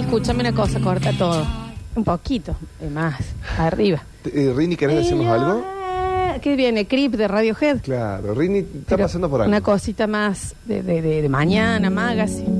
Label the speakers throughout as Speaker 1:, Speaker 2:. Speaker 1: escúchame una cosa, corta todo. Un poquito, eh, más, arriba.
Speaker 2: Eh, Rini, ¿querés decirnos algo?
Speaker 1: ¿Qué viene? Creep de Radiohead.
Speaker 2: Claro, Rini está
Speaker 1: Pero
Speaker 2: pasando por algo.
Speaker 1: Una cosita más de, de, de- de mañana, magazine.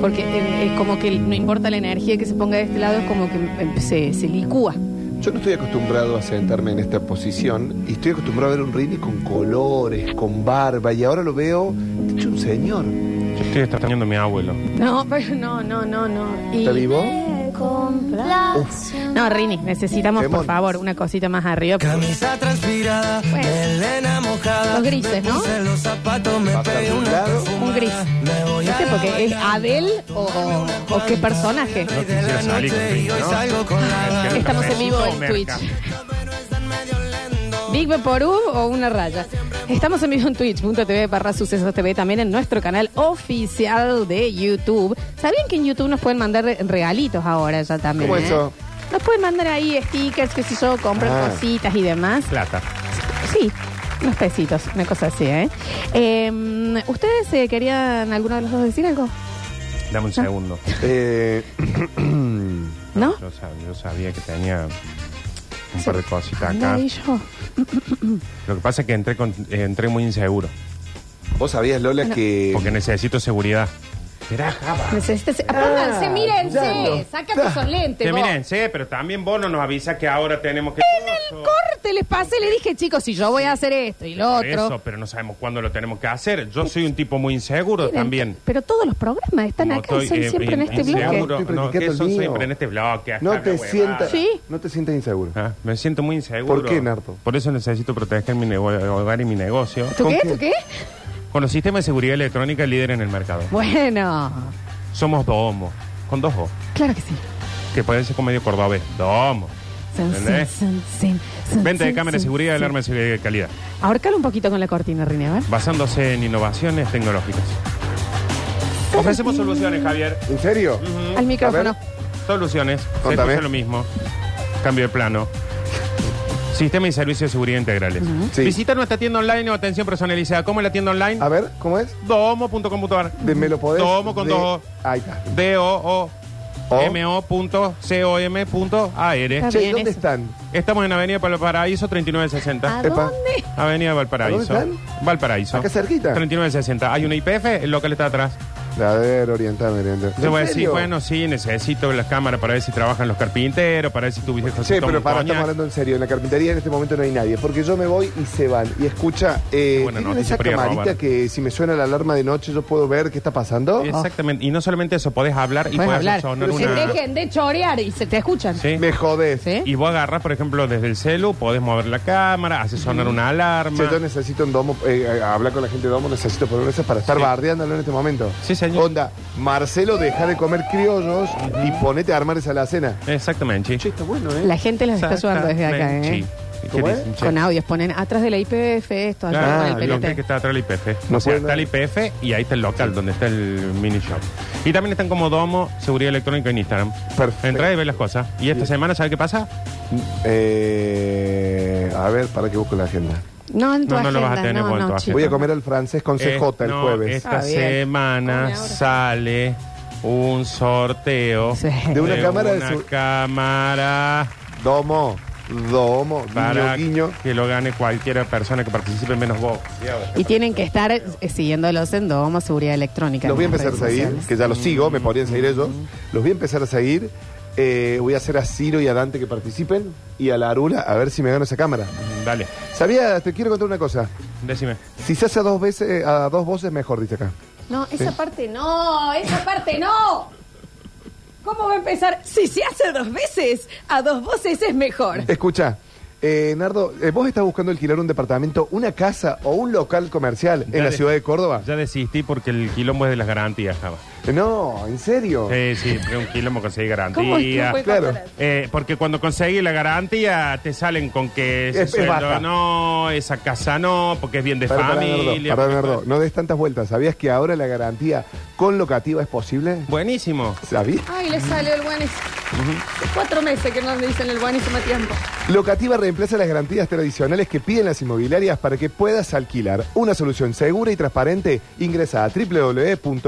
Speaker 1: Porque eh, es como que no importa la energía que se ponga de este lado, es como que eh, se, se licúa.
Speaker 2: Yo no estoy acostumbrado a sentarme en esta posición y estoy acostumbrado a ver un Rini con colores, con barba y ahora lo veo hecho un señor.
Speaker 3: Yo estoy extrañando a mi abuelo.
Speaker 1: No, pero no, no, no, no. Y-
Speaker 2: ¿Está vivo?
Speaker 1: No, Rini, necesitamos, por
Speaker 2: Temón.
Speaker 1: favor, una cosita más arriba.
Speaker 4: Camisa transpirada,
Speaker 1: Bueno.
Speaker 4: melena mojada.
Speaker 1: Los grises,
Speaker 4: me
Speaker 1: ¿no?
Speaker 4: puse los zapatos, me
Speaker 2: Pasa
Speaker 4: pegué
Speaker 2: por un
Speaker 4: una
Speaker 2: lado.
Speaker 4: perfumada.
Speaker 1: Un gris.
Speaker 4: Me voy
Speaker 1: No
Speaker 4: a
Speaker 1: sé,
Speaker 4: la
Speaker 1: porque es
Speaker 4: playa,
Speaker 1: Adel o, o- o qué personaje.
Speaker 3: No quisiera salir con
Speaker 4: y
Speaker 3: Rini,
Speaker 4: hoy
Speaker 3: ¿no?
Speaker 4: salgo con la...
Speaker 1: Estamos en vivo en Twitch. Big Vaporú o una raya. Estamos en vivo en twitch.tv barra sucesos TV, también en nuestro canal oficial de YouTube. ¿Sabían que en YouTube nos pueden mandar re- regalitos ahora ya también?
Speaker 2: ¿Cómo
Speaker 1: eh?
Speaker 2: eso?
Speaker 1: Nos pueden mandar ahí stickers, qué sé yo, compran
Speaker 2: Ah.
Speaker 1: cositas y demás.
Speaker 3: Plata.
Speaker 1: Sí, unos pesitos, una cosa así, ¿eh? Eh, ¿Ustedes eh, querían alguno de los dos decir algo?
Speaker 3: Dame un segundo.
Speaker 2: Eh,
Speaker 1: ¿No?
Speaker 3: Yo, sab- yo sabía que tenía un
Speaker 1: Sí.
Speaker 3: par de cositas
Speaker 1: Andá
Speaker 3: acá.
Speaker 1: y yo.
Speaker 3: Lo que pasa es que entré, con- eh, entré muy inseguro.
Speaker 2: ¿Vos sabías, Lola, que...
Speaker 3: Porque necesito seguridad. Mirá, Java.
Speaker 1: Necesitas. Apónganse, mírense. Sácate esos lentes.
Speaker 3: Che,
Speaker 1: vos.
Speaker 3: Ah, miren, sí, pero también vos no nos avisas que ahora tenemos que.
Speaker 1: En el corte les pasé, le dije, chicos, si yo voy a hacer esto y lo
Speaker 3: Por
Speaker 1: otro.
Speaker 3: Eso, pero no sabemos cuándo lo tenemos que hacer. Yo soy un tipo muy inseguro
Speaker 1: Miren,
Speaker 3: también.
Speaker 1: Pero todos los programas están
Speaker 3: Como
Speaker 1: acá, y son
Speaker 3: eh,
Speaker 1: siempre en este bloque.
Speaker 3: inseguro.
Speaker 2: Estoy
Speaker 3: No,
Speaker 2: practicando
Speaker 3: que
Speaker 2: el
Speaker 3: son
Speaker 2: mío.
Speaker 3: siempre en este bloque.
Speaker 2: No
Speaker 3: hasta la
Speaker 2: te,
Speaker 3: huevada.
Speaker 2: sientas,
Speaker 1: Sí.
Speaker 2: no te sientas inseguro.
Speaker 3: Ah, me siento muy inseguro.
Speaker 2: ¿Por qué, Nardo?
Speaker 3: Por eso necesito proteger mi nego- hogar y mi negocio.
Speaker 1: ¿Tú
Speaker 2: ¿Con
Speaker 1: qué?
Speaker 2: qué?
Speaker 1: ¿Tú qué?
Speaker 3: Con los sistemas de seguridad electrónica líder en el mercado.
Speaker 1: Bueno,
Speaker 3: Somos Domo, con dos O,
Speaker 1: claro que sí.
Speaker 3: que parece con medio cordobés. Domo.
Speaker 1: Sun,
Speaker 3: ¿Entendés?
Speaker 1: sun, sun, sun,
Speaker 3: Venta de
Speaker 1: sun,
Speaker 3: cámara de
Speaker 1: sun,
Speaker 3: seguridad y
Speaker 1: sun.
Speaker 3: alarma de seguridad de calidad.
Speaker 1: Ahorcalo un poquito con la cortina, Rini, a ver.
Speaker 3: Basándose en innovaciones tecnológicas. Ofrecemos soluciones, Javier.
Speaker 2: ¿En serio?
Speaker 1: Al micrófono.
Speaker 2: ver.
Speaker 3: Soluciones. Se
Speaker 2: Contame.
Speaker 3: escucha lo mismo. Cambio de plano. Sistema y servicios de seguridad integrales.
Speaker 2: Sí.
Speaker 3: Visita nuestra tienda online o atención personalizada. ¿Cómo es la tienda online?
Speaker 2: A ver, ¿cómo es?
Speaker 3: Domo.com.ar.
Speaker 2: De me lo podés...
Speaker 3: Domo con
Speaker 2: de-
Speaker 3: dos O.
Speaker 2: Ahí está.
Speaker 3: d o
Speaker 2: O.
Speaker 3: o m o punto C O M punto A R.
Speaker 1: Está
Speaker 2: Che, ¿y
Speaker 1: bien
Speaker 2: ¿dónde
Speaker 1: eso.
Speaker 2: están?
Speaker 3: Estamos en Avenida Valparaíso
Speaker 1: ¿A
Speaker 3: 3960.
Speaker 2: Epa.
Speaker 1: dónde?
Speaker 3: Avenida Valparaíso.
Speaker 2: Ah, ¿A dónde están?
Speaker 3: Valparaíso.
Speaker 2: Acá cerquita.
Speaker 3: 3960. Hay una IPF, el local está atrás.
Speaker 2: A ver, orientame, orientame.
Speaker 3: Yo voy a
Speaker 2: ¿En
Speaker 3: decir,
Speaker 2: serio?
Speaker 3: bueno, sí, necesito las cámaras para ver si trabajan los carpinteros, para ver si tu viejo
Speaker 2: Sí,
Speaker 3: se toma
Speaker 2: pero para,
Speaker 3: un Pues coñac.
Speaker 2: estamos hablando en serio. En la carpintería en este momento no hay nadie. Porque yo me voy y se van. Y escucha, eh,
Speaker 3: buena
Speaker 2: ¿tienen
Speaker 3: noticia
Speaker 2: esa
Speaker 3: para ir a
Speaker 2: camarita
Speaker 3: robar.
Speaker 2: que si me suena la alarma de noche yo puedo ver qué está pasando?
Speaker 3: Exactamente. Y no solamente eso, podés hablar y
Speaker 1: Puedes
Speaker 3: podés
Speaker 1: hablar.
Speaker 3: sonar
Speaker 1: Que
Speaker 3: una...
Speaker 1: dejen de chorear y se te escuchan.
Speaker 3: Sí.
Speaker 2: Me jodés.
Speaker 1: Sí.
Speaker 3: Y vos agarrás, por ejemplo, desde el celu, podés mover la cámara, haces
Speaker 2: Mm.
Speaker 3: sonar una alarma.
Speaker 2: Che, yo necesito en Domo, eh, eh, hablar con la gente de Domo, necesito poner esas para estar
Speaker 3: Sí.
Speaker 2: bardeándolo en este momento.
Speaker 3: Sí, señor.
Speaker 2: Onda, Marcelo, deja de comer criollos y ponete a armar esa la cena.
Speaker 3: Exactamente.
Speaker 2: Che, está bueno, ¿eh?
Speaker 1: La gente los está ayudando desde acá, ¿eh?
Speaker 3: Sí. ¿Y
Speaker 2: ¿Cómo
Speaker 3: qué
Speaker 2: es?
Speaker 3: dicen, che?
Speaker 1: Con audios, ponen atrás de la IPF esto, allá
Speaker 3: Claro,
Speaker 1: con
Speaker 3: el
Speaker 1: el
Speaker 3: local
Speaker 1: PNT.
Speaker 3: que está atrás del IPF.
Speaker 2: No
Speaker 3: o sea,
Speaker 2: pueden
Speaker 3: está el IPF y ahí está el local donde está el mini shop. Y también están como Domo, Seguridad Electrónica en Instagram.
Speaker 2: Perfecto.
Speaker 3: Entra y ve las cosas. Y esta semana, ¿sabes qué pasa?
Speaker 2: Eh, a ver, para que busco la agenda.
Speaker 1: No en tu
Speaker 3: No, no lo vas a
Speaker 1: agenda,
Speaker 3: tener
Speaker 1: no,
Speaker 3: vos en
Speaker 1: no,
Speaker 3: tu
Speaker 1: chico.
Speaker 3: agenda.
Speaker 2: Voy a comer al francés con CJ
Speaker 3: Eh,
Speaker 2: el
Speaker 3: no,
Speaker 2: jueves.
Speaker 3: Esta
Speaker 1: Ah, bien. Come
Speaker 3: semana
Speaker 1: ahora.
Speaker 3: sale un sorteo
Speaker 1: Sí.
Speaker 2: De una cámara de
Speaker 3: una
Speaker 2: su-
Speaker 3: cámara
Speaker 2: Domo, Domo,
Speaker 3: eh. para
Speaker 2: guiño, guiño.
Speaker 3: que lo gane cualquier persona que participe menos vos.
Speaker 1: Y tienen que estar eh, siguiéndolos en Domo Seguridad Electrónica.
Speaker 2: Los voy a
Speaker 1: en las
Speaker 2: empezar a
Speaker 1: redes
Speaker 2: seguir,
Speaker 1: sociales. Mm.
Speaker 2: que ya los sigo, me podrían seguir ellos. Los voy a empezar a seguir. Eh, voy a hacer a Ciro y a Dante que participen y a la Arula a ver si me gano esa cámara.
Speaker 3: Dale,
Speaker 2: Sabía, te quiero contar una cosa.
Speaker 3: decime.
Speaker 2: Si se hace a dos veces, a dos voces mejor, dice acá.
Speaker 1: No, esa parte no, esa parte no. ¿Cómo va a empezar? Si se hace dos veces, a dos voces es mejor.
Speaker 2: Escucha, eh, Nardo, eh, vos estás buscando alquilar un departamento, una casa o un local comercial en
Speaker 3: Ya
Speaker 2: la
Speaker 3: de-
Speaker 2: ciudad de Córdoba.
Speaker 3: Ya desistí porque el quilombo es de las garantías, Java.
Speaker 2: No, en serio.
Speaker 3: Sí, sí, pero un quilombo conseguí
Speaker 1: ¿Cómo es que
Speaker 3: garantía.
Speaker 1: no puede
Speaker 2: Claro.
Speaker 1: pasar?
Speaker 3: Eh, porque cuando conseguís la garantía te salen con que ese
Speaker 2: Es- es
Speaker 3: sueldo
Speaker 2: baja.
Speaker 3: no, esa casa no, porque es bien de
Speaker 2: Pará, pará,
Speaker 3: familia.
Speaker 2: Nardo,
Speaker 1: pues,
Speaker 2: pará, Nardo, no des tantas vueltas. ¿Sabías que ahora la garantía con locativa es posible?
Speaker 3: Buenísimo.
Speaker 2: ¿Sabías?
Speaker 1: Ay, le salió el buenísimo. Cuatro meses que no le dicen el buenísimo a tiempo.
Speaker 2: Locativa reemplaza las garantías tradicionales que piden las inmobiliarias para que puedas alquilar. Una solución segura y transparente. Ingresa a www.locativa.com.ar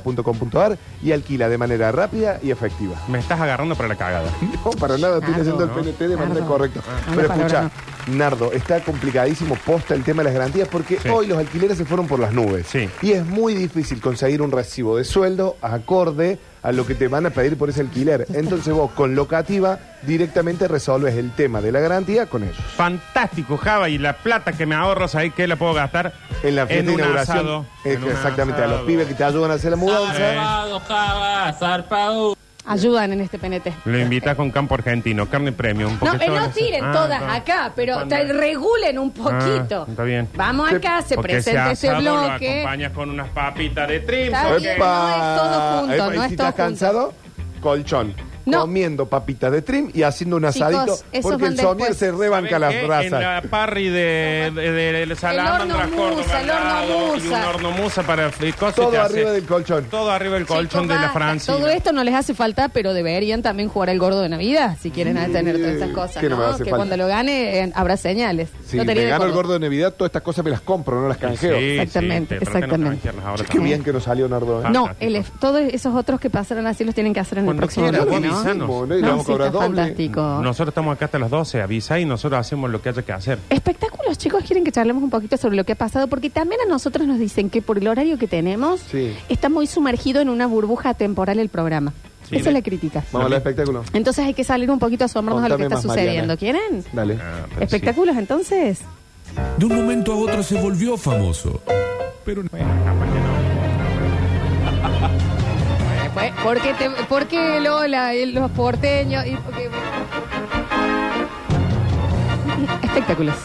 Speaker 2: rini.com.ar y alquila de manera rápida y efectiva.
Speaker 3: Me estás agarrando para la cagada.
Speaker 2: No, para nada, estoy
Speaker 1: Nardo,
Speaker 2: haciendo el
Speaker 3: ¿no?
Speaker 2: PNT de manera
Speaker 1: Nardo.
Speaker 2: correcta.
Speaker 1: Ah.
Speaker 2: Pero
Speaker 1: Una palabra,
Speaker 2: escucha, Nardo, está complicadísimo posta el tema de las garantías porque
Speaker 3: Sí.
Speaker 2: hoy los alquileres se fueron por las nubes.
Speaker 3: Sí.
Speaker 2: Y es muy difícil conseguir un recibo de sueldo acorde a lo que te van a pedir por ese alquiler. Entonces vos con locativa directamente resolves el tema de la garantía con ellos.
Speaker 3: Fantástico, Java, y la plata que me ahorro, ahí que la puedo gastar?
Speaker 2: En la fiesta
Speaker 3: En
Speaker 2: de
Speaker 3: un
Speaker 2: inauguración.
Speaker 3: asado,
Speaker 2: eh,
Speaker 3: en un
Speaker 2: exactamente, a los
Speaker 3: asado.
Speaker 2: pibes que te ayudan a hacer la mudanza.
Speaker 5: Zarpado, Java, zarpado.
Speaker 1: Ayudan en este PNT.
Speaker 3: Lo invitas con campo argentino, carne premium.
Speaker 1: No,
Speaker 3: porque
Speaker 1: eh,
Speaker 3: todas
Speaker 1: no
Speaker 3: las-
Speaker 1: tiren
Speaker 3: Ah,
Speaker 1: todas
Speaker 3: está.
Speaker 1: acá, pero
Speaker 3: Cuando-
Speaker 1: te regulen un poquito.
Speaker 3: Ah, está bien.
Speaker 1: Vamos acá, se
Speaker 3: Porque
Speaker 1: presenta
Speaker 3: ese
Speaker 1: ese
Speaker 3: asado lo
Speaker 1: bloque.
Speaker 3: acompañas con unas papitas de trim.
Speaker 1: Está
Speaker 3: ¿ok?
Speaker 1: bien, no es todo junto,
Speaker 2: Epa, y
Speaker 1: no es
Speaker 2: si
Speaker 1: todo
Speaker 2: estás
Speaker 1: junto.
Speaker 2: cansado, colchón.
Speaker 1: No.
Speaker 2: Comiendo papitas de trim y haciendo un
Speaker 1: Chicos,
Speaker 2: asadito.
Speaker 1: esos
Speaker 2: porque
Speaker 1: van
Speaker 2: el somier
Speaker 1: después.
Speaker 2: se rebanca
Speaker 3: ¿Saben
Speaker 2: las
Speaker 3: qué?
Speaker 2: razas.
Speaker 3: En la parry de, de, de- de salada,
Speaker 1: horno
Speaker 3: las
Speaker 1: musa,
Speaker 3: córdobas
Speaker 1: el horno
Speaker 3: al lado, Y un
Speaker 1: musa.
Speaker 3: horno musa para fricosa.
Speaker 2: Todo arriba del colchón.
Speaker 3: Todo arriba del colchón
Speaker 1: Chicos,
Speaker 3: de la
Speaker 1: basta.
Speaker 3: Francia.
Speaker 1: Todo esto no les hace falta, pero deberían también jugar el gordo de Navidad si quieren tener todas esas cosas.
Speaker 2: que no
Speaker 1: ¿no?
Speaker 2: me hace
Speaker 1: que
Speaker 2: falta.
Speaker 1: cuando lo gane eh, habrá señales.
Speaker 2: Si
Speaker 1: Lotería
Speaker 2: me
Speaker 1: de
Speaker 2: gano el
Speaker 1: gordo.
Speaker 2: gordo de Navidad, todas estas cosas me las compro, no las canjeo.
Speaker 1: Exactamente, exactamente.
Speaker 2: Che, Qué bien que nos salió Nardo. ¿eh?
Speaker 3: Ah,
Speaker 1: No,
Speaker 3: fantástico.
Speaker 1: el es- todos esos otros que pasaron así los tienen que hacer en
Speaker 3: Cuando
Speaker 1: el próximo
Speaker 3: quieras,
Speaker 1: bloque, ¿no?
Speaker 3: vos avisanos.
Speaker 2: Buenísimo, ¿no? Y le
Speaker 1: No,
Speaker 2: vamos a
Speaker 1: sí,
Speaker 2: cobrar
Speaker 1: está
Speaker 2: doble.
Speaker 1: fantástico.
Speaker 3: Nosotros estamos acá hasta las 12, avisa y nosotros hacemos lo que haya que hacer.
Speaker 1: Espectáculos, chicos, quieren que charlemos un poquito sobre lo que ha pasado, porque también a nosotros nos dicen que por el horario que tenemos
Speaker 2: Sí.
Speaker 1: está muy sumergido en una burbuja temporal el programa.
Speaker 3: Sí,
Speaker 1: Esa
Speaker 3: de-
Speaker 1: es la crítica.
Speaker 2: Vamos al espectáculo.
Speaker 1: Entonces hay que salir un poquito a asomarnos a lo que
Speaker 2: Contame
Speaker 1: está
Speaker 2: más,
Speaker 1: sucediendo.
Speaker 2: Mariana.
Speaker 1: ¿Quieren?
Speaker 2: Dale.
Speaker 3: Ah, pero
Speaker 1: ¿Espectáculos entonces?
Speaker 6: De un momento a otro se volvió famoso. Pero
Speaker 3: sí. Bueno, capaz que no.
Speaker 1: Pues, ¿Por qué, te- por qué Lola y los porteños? Y por qué- Espectáculos.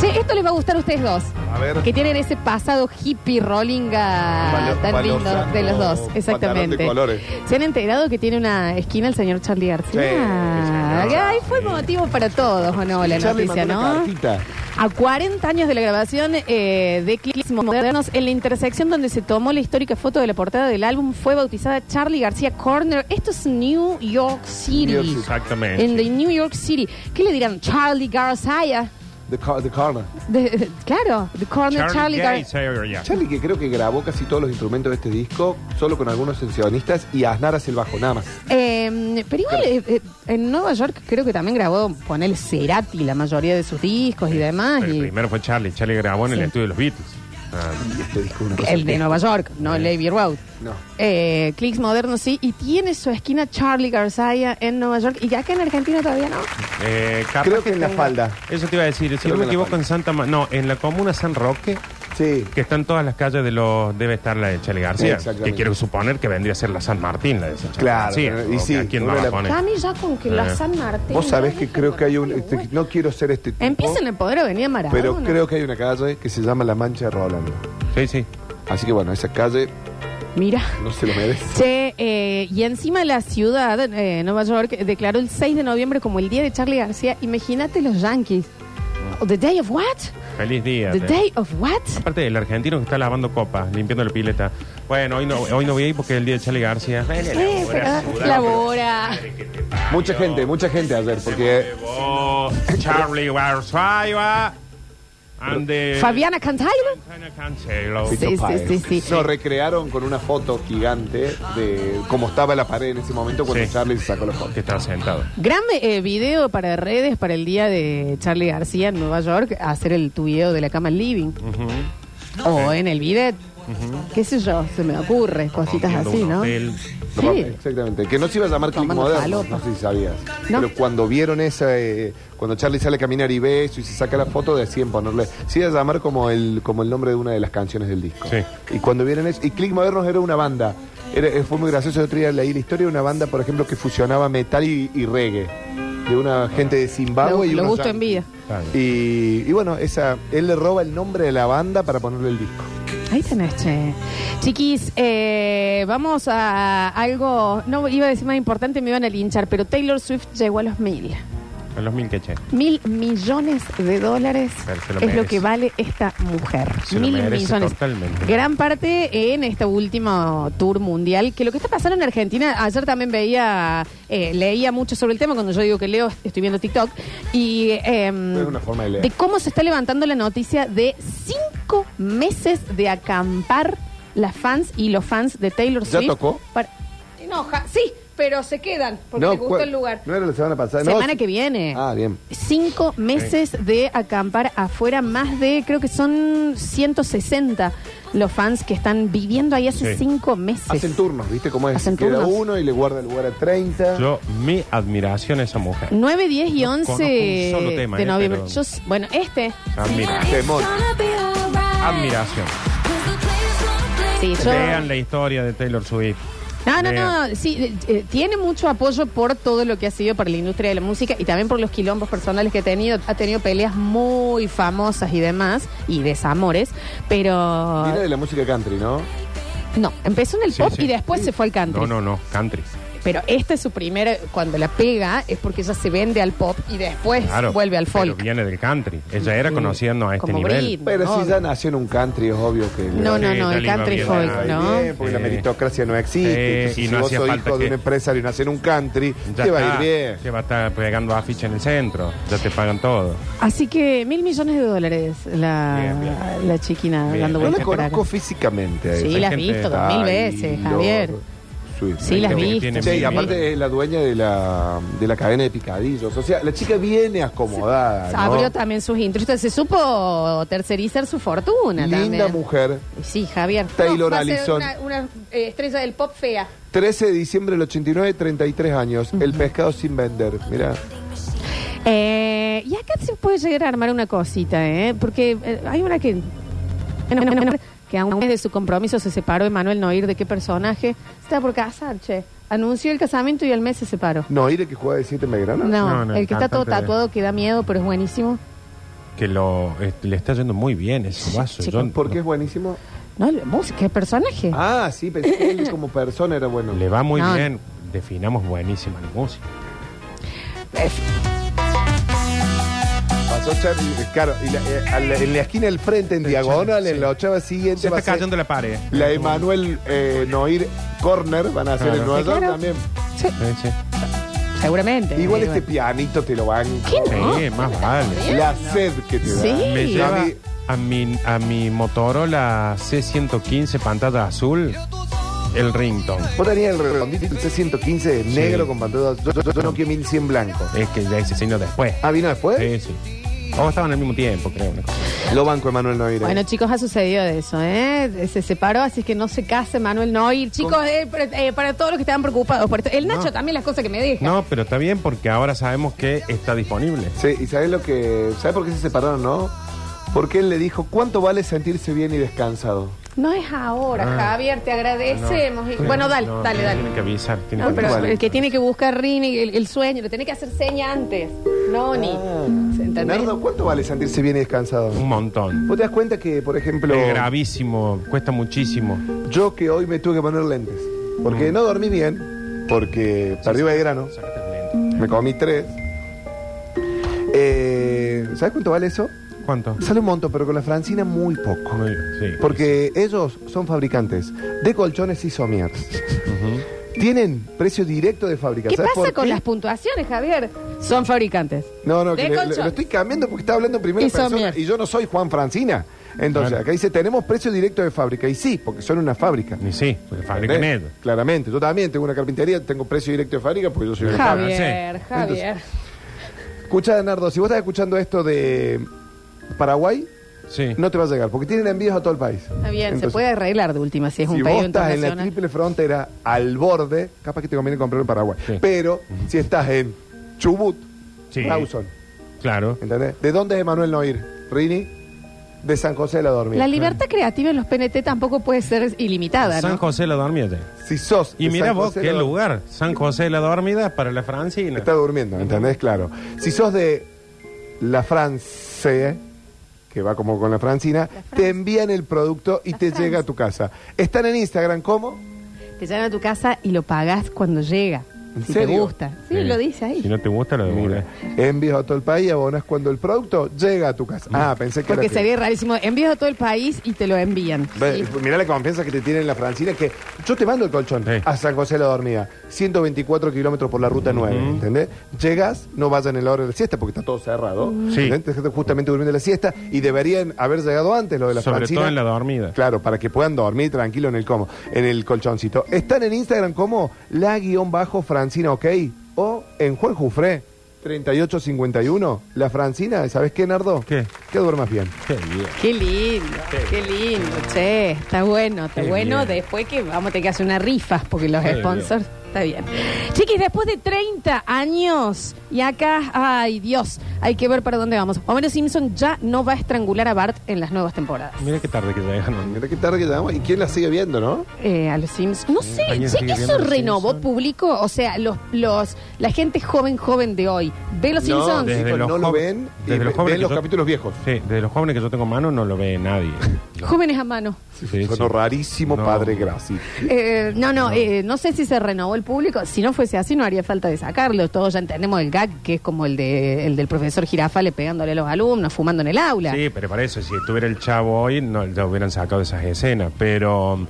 Speaker 1: Che, esto les va a gustar a ustedes dos.
Speaker 2: A ver.
Speaker 1: Que tienen ese pasado hippie rollinga
Speaker 2: Valo-
Speaker 1: tan lindo
Speaker 2: valosano,
Speaker 1: de los dos.
Speaker 2: pantalón de
Speaker 1: Exactamente.
Speaker 2: colores.
Speaker 1: ¿Se han enterado que tiene una esquina el señor Charlie García?
Speaker 2: Sí,
Speaker 3: sí, señor.
Speaker 1: Ay, fue motivo para todos, ¿o no? La
Speaker 2: Charlie
Speaker 1: noticia,
Speaker 2: mandó una
Speaker 1: ¿no?
Speaker 2: cartita.
Speaker 1: A 40 años de la grabación eh, de Clips Modernos, en la intersección donde se tomó la histórica foto de la portada del álbum, fue bautizada Charlie García Corner. Esto es New York City.
Speaker 2: New York City.
Speaker 3: Exactamente.
Speaker 1: En the New York City. ¿Qué le dirán? Charlie García.
Speaker 2: The, Car- The Corner.
Speaker 1: De- de- claro, The Corner Charlie,
Speaker 3: Charlie Gay,
Speaker 1: García.
Speaker 3: Sayer, ya.
Speaker 2: Charlie que creo que grabó casi todos los instrumentos de este disco, solo con algunos sesionistas y Aznar hace el bajo, nada más.
Speaker 1: Eh, pero igual eh, eh, en Nueva York creo que también grabó poner Cerati la mayoría de sus discos y demás.
Speaker 3: Pero el
Speaker 1: y-
Speaker 3: primero fue Charlie. Charlie grabó en
Speaker 1: Sí.
Speaker 3: el estudio de los Beatles. Ah,
Speaker 2: Y este disco es una cosa
Speaker 1: el de
Speaker 2: que-
Speaker 1: Nueva York, no el Abbey Road.
Speaker 2: No.
Speaker 1: Eh, Clicks modernos sí, y tiene su esquina Charlie García en Nueva York, y ya que en Argentina todavía no.
Speaker 3: eh, capaz
Speaker 2: Creo que en la
Speaker 3: tenga-
Speaker 2: falda.
Speaker 3: Eso te iba a decir. Si
Speaker 2: Creo
Speaker 3: no
Speaker 2: que
Speaker 3: me
Speaker 2: en la
Speaker 3: equivoco,
Speaker 2: falda.
Speaker 3: en Santa Ma- No, en la comuna San Roque,
Speaker 2: Sí.
Speaker 3: que están todas las calles de los. Debe estar la de Charlie García.
Speaker 2: Exactamente.
Speaker 3: Que quiero suponer que vendría a ser la San Martín, la de Charlie
Speaker 2: Claro,
Speaker 3: García.
Speaker 2: pero- y
Speaker 3: ¿O
Speaker 2: sí,
Speaker 3: ¿A quién
Speaker 2: una
Speaker 3: va
Speaker 2: de
Speaker 3: a
Speaker 2: la-
Speaker 3: poner?
Speaker 1: Ya a mí ya con que
Speaker 3: Eh.
Speaker 1: la San Martín.
Speaker 2: Vos sabés
Speaker 1: ya
Speaker 2: que
Speaker 1: dije,
Speaker 2: creo
Speaker 1: ¿por
Speaker 2: que hay
Speaker 1: qué,
Speaker 2: un... este,
Speaker 1: güey?
Speaker 2: no quiero ser este tipo.
Speaker 1: Empiecen el poder venía Maradona.
Speaker 2: Pero creo que hay una calle que se llama La Mancha de Rolando.
Speaker 3: Sí, sí.
Speaker 2: Así que bueno, esa calle
Speaker 1: Mira.
Speaker 2: no se lo merece.
Speaker 1: Che, eh, y encima la ciudad, eh, Nueva York, declaró el 6 de noviembre como el día de Charlie García. Imagínate los Yankees. Oh, ¿The day of what?
Speaker 3: Feliz día.
Speaker 1: ¿The
Speaker 3: te-
Speaker 1: day of what?
Speaker 3: Aparte del argentino que está lavando copas, limpiando la pileta. Bueno, hoy no, hoy no voy a ir porque es el día de Charlie García.
Speaker 1: Eh, pero- labora.
Speaker 2: Mucha gente, mucha gente ayer, porque eh,
Speaker 3: Oh, Charlie García. and the-
Speaker 1: Fabiana Cantailo.
Speaker 3: Antonio Cancelo.
Speaker 1: Sí, sí, sí, sí.
Speaker 2: Lo recrearon con una foto gigante de cómo estaba la pared en ese momento cuando
Speaker 3: Sí.
Speaker 2: Charlie se sacó la foto.
Speaker 3: Que estaba sentado.
Speaker 1: Gran eh, video para redes para el día de Charlie García en Nueva York, hacer el tuideo de la cama en living. O en el bidet. Qué sé yo, se me ocurre, cositas
Speaker 3: Rompiendo
Speaker 1: así,
Speaker 3: un
Speaker 1: ¿no?
Speaker 3: hotel.
Speaker 1: Sí.
Speaker 2: Exactamente. Que no se iba a llamar click
Speaker 1: Tomando
Speaker 2: moderno,
Speaker 1: falopa.
Speaker 2: no sé si sabías.
Speaker 1: No.
Speaker 2: Pero cuando vieron esa, eh, cuando Charlie sale a caminar y ve eso y se saca la foto, decían ponerle. Se iba a llamar como el, como el nombre de una de las canciones del disco.
Speaker 3: Sí.
Speaker 2: Y cuando vieron eso, y Click Modernos era una banda. Era- eh, fue muy gracioso, el otro día leí la historia de una banda, por ejemplo, que fusionaba metal y, y reggae. De una gente de
Speaker 1: Lo,
Speaker 2: Zimbabue y
Speaker 1: lo
Speaker 2: unos
Speaker 1: gusto en
Speaker 2: yankees.
Speaker 1: vida.
Speaker 2: Y, y bueno, esa, él le roba el nombre de la banda para ponerle el disco.
Speaker 1: Ahí tenés, che. Chiquis, eh, vamos a algo, no iba a decir más importante, me iban a linchar, pero Taylor Swift llegó a los mil.
Speaker 3: En los mil queches.
Speaker 1: Mil millones de dólares
Speaker 3: Pero se lo
Speaker 1: es lo
Speaker 3: merece.
Speaker 1: que vale esta mujer.
Speaker 3: Se lo
Speaker 1: mil
Speaker 3: merece
Speaker 1: millones.
Speaker 3: totalmente.
Speaker 1: Gran parte en este último tour mundial, que lo que está pasando en Argentina, ayer también veía, eh, leía mucho sobre el tema, cuando yo digo que leo, estoy viendo TikTok, y em,
Speaker 2: Es una forma de leer.
Speaker 1: de cómo se está levantando la noticia de cinco meses de acampar las fans y los fans de Taylor
Speaker 2: ¿Ya
Speaker 1: Swift.
Speaker 2: tocó?
Speaker 1: para- Enoja, sí, pero se quedan porque
Speaker 2: No,
Speaker 1: les gusta
Speaker 2: ¿cuál?
Speaker 1: el lugar.
Speaker 2: No era la semana pasada. no.
Speaker 1: Semana que viene.
Speaker 2: Ah, bien.
Speaker 1: Cinco meses de acampar afuera, más de, creo que son 160 los fans que están viviendo ahí hace
Speaker 3: Sí.
Speaker 1: cinco meses.
Speaker 2: Hacen turnos, ¿viste cómo es?
Speaker 1: Hacen
Speaker 2: Queda
Speaker 1: turnos.
Speaker 2: uno y le guarda el lugar a 30.
Speaker 3: Yo, mi admiración a esa mujer.
Speaker 1: 9, 10 y
Speaker 3: No
Speaker 1: 11
Speaker 3: conozco un solo tema,
Speaker 1: de
Speaker 3: eh,
Speaker 1: noviembre.
Speaker 3: pero-
Speaker 1: Yo s- bueno, este,
Speaker 3: Admiración.
Speaker 2: Temón.
Speaker 3: Ah, Admiración.
Speaker 1: sí, yo...
Speaker 3: Vean la historia de Taylor Swift.
Speaker 1: No, no,
Speaker 3: Vean.
Speaker 1: no, sí, eh, tiene mucho apoyo por todo lo que ha sido para la industria de la música y también por los quilombos personales que ha tenido. Ha tenido peleas muy famosas y demás, y desamores, pero...
Speaker 2: Viene de la música country, ¿no?
Speaker 1: No, empezó en el
Speaker 3: Sí,
Speaker 1: pop
Speaker 3: sí.
Speaker 1: y después se fue al country.
Speaker 3: No, no, no. Country.
Speaker 1: Pero esta es su primera, cuando la pega, es porque ella se vende al pop y después
Speaker 3: Claro.
Speaker 1: vuelve al
Speaker 3: Pero
Speaker 1: folk. Mm.
Speaker 3: viene del country. Ella era conociendo a este
Speaker 1: Como
Speaker 3: nivel.
Speaker 1: Britney.
Speaker 2: Pero
Speaker 1: No,
Speaker 2: si ya nació en un country, es obvio que... le-
Speaker 1: No, no,
Speaker 3: Sí,
Speaker 1: no, el
Speaker 3: ya le iba
Speaker 1: country
Speaker 3: bien,
Speaker 1: folk,
Speaker 3: ya le
Speaker 1: ¿no.
Speaker 3: iba
Speaker 2: Está bien, porque la
Speaker 3: Sí.
Speaker 2: meritocracia no existe. Entonces,
Speaker 3: Sí, y
Speaker 2: si
Speaker 3: no
Speaker 2: vos
Speaker 3: hacía
Speaker 2: sos
Speaker 3: falta
Speaker 2: hijo de
Speaker 3: que-
Speaker 2: un empresario y nacés en un country,
Speaker 3: Ya
Speaker 2: te va a ir
Speaker 3: está,
Speaker 2: bien.
Speaker 3: Te va a estar pegando afiche en el centro. Ya te pagan todo.
Speaker 1: Así que mil millones de dólares la,
Speaker 3: Bien, bien.
Speaker 1: la chiquina
Speaker 3: Bien.
Speaker 1: dando
Speaker 2: No
Speaker 3: Hay
Speaker 2: la
Speaker 1: vueltas por acá.
Speaker 2: conozco físicamente. a
Speaker 1: Sí,
Speaker 2: ella.
Speaker 1: la has
Speaker 3: gente-
Speaker 1: visto dos mil veces,
Speaker 2: Taylor
Speaker 1: Javier.
Speaker 2: Swift.
Speaker 1: Sí, las
Speaker 3: gente que
Speaker 1: viste.
Speaker 3: tiene
Speaker 2: Sí, y
Speaker 3: mil-
Speaker 2: aparte es la dueña de la, de la cadena de picadillos. O sea, la chica viene acomodada. Ah, ¿no?
Speaker 1: Abrió también sus intros. Se supo tercerizar su fortuna
Speaker 2: Linda
Speaker 1: también.
Speaker 2: mujer.
Speaker 1: Sí, Javier.
Speaker 2: Taylor
Speaker 1: va a ser
Speaker 2: Allison.
Speaker 1: Una, una, eh, estrella del pop fea.
Speaker 2: 13 de diciembre del 89, 33 años. El pescado sin vender. Mira,
Speaker 1: Eh, y acá se puede llegar a armar una cosita, ¿eh? Porque eh, hay una que. una- una- una- que aún de su compromiso se separó Emanuel Noir de qué personaje. Está por casar, che. Anunció el casamiento y al mes se separó.
Speaker 2: no, Ire que juega de 7 en Belgrano.
Speaker 1: No,
Speaker 3: No, no,
Speaker 1: el que está todo
Speaker 3: cantante de-
Speaker 1: tatuado que da miedo, pero es buenísimo.
Speaker 3: Que lo, eh, le está yendo muy bien ese vaso.
Speaker 1: Chico,
Speaker 3: Yo-
Speaker 2: Porque es buenísimo.
Speaker 1: No, la música, el personaje.
Speaker 2: Ah, sí, pensé que él como persona era bueno.
Speaker 3: Le va muy
Speaker 1: No.
Speaker 3: bien. Definamos buenísima la música.
Speaker 1: Eh,
Speaker 2: Pasó Charlie, claro, y la- eh, a la- en la esquina del frente, en
Speaker 3: Sí,
Speaker 2: diagonal,
Speaker 3: sí.
Speaker 2: en la ochava siguiente.
Speaker 3: Se
Speaker 2: va
Speaker 3: está
Speaker 2: a ser
Speaker 3: cayendo la pared.
Speaker 2: La Emanuel eh, Noir Corner van a hacer
Speaker 3: Claro.
Speaker 2: en Nueva
Speaker 1: Sí,
Speaker 2: York
Speaker 1: claro.
Speaker 2: también.
Speaker 1: sí,
Speaker 3: Sí, sí.
Speaker 1: seguramente.
Speaker 2: Igual
Speaker 1: Digo,
Speaker 2: este pianito te lo van.
Speaker 1: ¿Qué no?
Speaker 3: Sí, más vale.
Speaker 2: La sed que te da.
Speaker 1: Sí.
Speaker 3: Me
Speaker 1: Sí.
Speaker 3: lleva
Speaker 2: A mí-
Speaker 3: a mi, a mi Motorola C115 pantalla azul el ringtone.
Speaker 2: Vos tenías el redondito el C115 de negro con pantalla. Yo, yo, yo no quiero 1100 blanco.
Speaker 3: Es eh, que ya ese signo después.
Speaker 2: Ah, vino después.
Speaker 3: Sí, sí. O estaban al mismo tiempo, creo. una cosa.
Speaker 2: Lo banco Emanuel Noir.
Speaker 1: Bueno, chicos, ha sucedido de eso, ¿eh? Se separó, así que no se case Manuel Noir. Chicos, eh, para, eh, para todos los que estaban preocupados por esto. El Nacho
Speaker 3: No.
Speaker 1: también las cosas que me dijo.
Speaker 3: No, pero está bien porque ahora sabemos que está disponible.
Speaker 2: Sí, y sabes lo que. ¿Sabes por qué se separaron, no? Porque él le dijo, ¿cuánto vale sentirse bien y descansado?
Speaker 1: No es ahora,
Speaker 3: Ah.
Speaker 1: Javier, te agradecemos. Y- Bueno, dale,
Speaker 3: No,
Speaker 1: dale,
Speaker 3: no,
Speaker 1: dale.
Speaker 3: Tienen que avisar. tienen
Speaker 1: No,
Speaker 3: que
Speaker 1: pero
Speaker 3: avisar.
Speaker 2: Igual.
Speaker 1: el que tiene que buscar Rini, el, el sueño, lo tiene que hacer seña antes.
Speaker 2: Ah.
Speaker 1: No, ni. ¿Se ¿Entendés?
Speaker 2: Nardo, ¿cuánto vale sentirse bien y descansado?
Speaker 3: Un montón.
Speaker 2: ¿Vos te das cuenta que, por ejemplo,
Speaker 3: Es gravísimo, cuesta muchísimo.
Speaker 2: yo que hoy me tuve que poner lentes? Porque no dormí bien, porque perdí Belgrano,
Speaker 3: Sácate el lente.
Speaker 2: me comí tres. Eh, ¿Sabes cuánto vale eso?
Speaker 3: ¿Cuánto?
Speaker 2: Sale un montón, pero con la Francina muy poco.
Speaker 3: Muy- sí.
Speaker 2: Porque ellos son fabricantes de colchones y somier. Tienen precio directo de fábrica.
Speaker 1: ¿Qué
Speaker 2: ¿Sabes
Speaker 1: pasa
Speaker 2: por
Speaker 1: con
Speaker 2: qué?
Speaker 1: las puntuaciones, Javier? Son fabricantes.
Speaker 2: No, no,
Speaker 1: de
Speaker 2: que le- le-
Speaker 1: colchones?
Speaker 2: lo estoy cambiando porque está hablando en primera
Speaker 1: Y
Speaker 2: persona
Speaker 1: somier.
Speaker 2: y yo no soy Juan Francina. Entonces,
Speaker 3: Claro.
Speaker 2: acá dice, tenemos precio directo de fábrica. Y sí, porque son una fábrica.
Speaker 3: Y sí, porque fabrican
Speaker 2: ¿Eh?
Speaker 3: ellos.
Speaker 2: Claramente, yo también tengo una carpintería, tengo precio directo de fábrica porque yo soy una fábrica.
Speaker 1: Javier, Javier.
Speaker 2: Escucha, Nardo, si vos estás escuchando esto de Paraguay,
Speaker 3: Sí.
Speaker 2: no te va a llegar, porque tienen envíos a todo el país.
Speaker 1: Está bien, se
Speaker 2: Entonces,
Speaker 1: puede arreglar de última si es un
Speaker 2: si
Speaker 1: pedido
Speaker 2: vos estás en la
Speaker 1: internacional.
Speaker 2: triple frontera al borde, capaz que te conviene comprar en Paraguay.
Speaker 3: Sí.
Speaker 2: Pero si estás en Chubut,
Speaker 3: Sí.
Speaker 2: Rawson,
Speaker 3: Claro.
Speaker 2: ¿entendés? ¿De dónde es Emanuel Noir? Rini, de San José de la Dormida.
Speaker 1: La libertad creativa en los PNT tampoco puede ser ilimitada,
Speaker 3: San
Speaker 1: ¿no?
Speaker 3: José la Dormida.
Speaker 2: si sos.
Speaker 3: Y
Speaker 2: de
Speaker 3: mira
Speaker 2: San
Speaker 3: vos
Speaker 2: José
Speaker 3: qué
Speaker 2: de la Dormida,
Speaker 3: lugar. San José la Dormida para la Francina.
Speaker 2: Está durmiendo, ¿entendés? Claro. Si sos de la France, que va como con la Francina, te envían el producto y te llega a tu casa. Están en Instagram, ¿cómo?
Speaker 1: Te llevan a tu casa y lo pagás cuando llega.
Speaker 2: ¿En
Speaker 1: si te
Speaker 2: serio?
Speaker 1: gusta. Sí,
Speaker 3: Sí.
Speaker 1: lo dice ahí.
Speaker 3: Si no te gusta, lo devuelves.
Speaker 2: Mira, envías a todo el país, abonas cuando el producto llega a tu casa. Ah, pensé que
Speaker 1: Porque
Speaker 2: era que-
Speaker 1: sería rarísimo. Envías a todo el país y te lo envían.
Speaker 2: Ve, Mirá la confianza que te tiene la Francina, que yo te mando el colchón
Speaker 3: Sí.
Speaker 2: a San José de la Dormida, 124 kilómetros por la ruta 9, ¿entendés? Llegas, no vayan en la hora de la siesta porque está todo cerrado,
Speaker 3: Sí.
Speaker 2: ¿entendés? Gente justamente durmiendo la siesta y deberían haber llegado antes lo de la
Speaker 3: Sobre
Speaker 2: Francina.
Speaker 3: todo en la dormida.
Speaker 2: Claro, para que puedan dormir tranquilo en el como, en el colchoncito. Están en Instagram como la guión bajo Francina, ok, o en Juan Jufré. 3851, la Francina, ¿sabes qué, Nardo?
Speaker 3: ¿Qué?
Speaker 2: Que duermas bien.
Speaker 3: Qué bien.
Speaker 1: Qué lindo, qué lindo, che, está bueno, está
Speaker 3: Qué
Speaker 1: bueno.
Speaker 3: bien.
Speaker 1: Después que vamos a tener que hacer unas rifas porque los
Speaker 3: Qué
Speaker 1: sponsors, está bien. Chiquis, después de 30 años y acá, ay Dios, hay que ver para dónde vamos. Homero Simpson ya no va a estrangular a Bart en las nuevas temporadas.
Speaker 3: Mira qué tarde que llegaron.
Speaker 2: Mira qué tarde que llegamos y quién la sigue viendo, ¿no?
Speaker 1: Eh, a los Simpsons, no sé,
Speaker 3: Mm, ¿Alguien
Speaker 1: che,
Speaker 3: sigue viendo
Speaker 1: eso
Speaker 3: Los
Speaker 1: renovó
Speaker 3: Simpson?
Speaker 1: público, o sea, los, los, la gente joven, joven de hoy, ve los
Speaker 2: No,
Speaker 1: Simpsons.
Speaker 2: de- Chicos, no lo
Speaker 3: joven-
Speaker 2: ven y
Speaker 3: desde
Speaker 2: ve-
Speaker 3: los jóvenes
Speaker 2: ven
Speaker 3: que
Speaker 2: los capítulos viejos.
Speaker 3: Sí, desde los jóvenes que yo tengo en mano no lo ve nadie.
Speaker 1: Jóvenes a mano.
Speaker 3: Sí,
Speaker 2: Sonó
Speaker 3: sí.
Speaker 2: rarísimo,
Speaker 3: No.
Speaker 2: padre Graci.
Speaker 1: Eh, no, no, eh, no sé si se renovó el público. Si no fuese así, no haría falta de sacarlo. Todos ya entendemos el gag, que es como el, de, el del profesor Girafale pegándole a los alumnos, fumando en el aula.
Speaker 3: Sí, pero para eso, si estuviera el chavo hoy, no lo hubieran sacado de esas escenas. Pero um,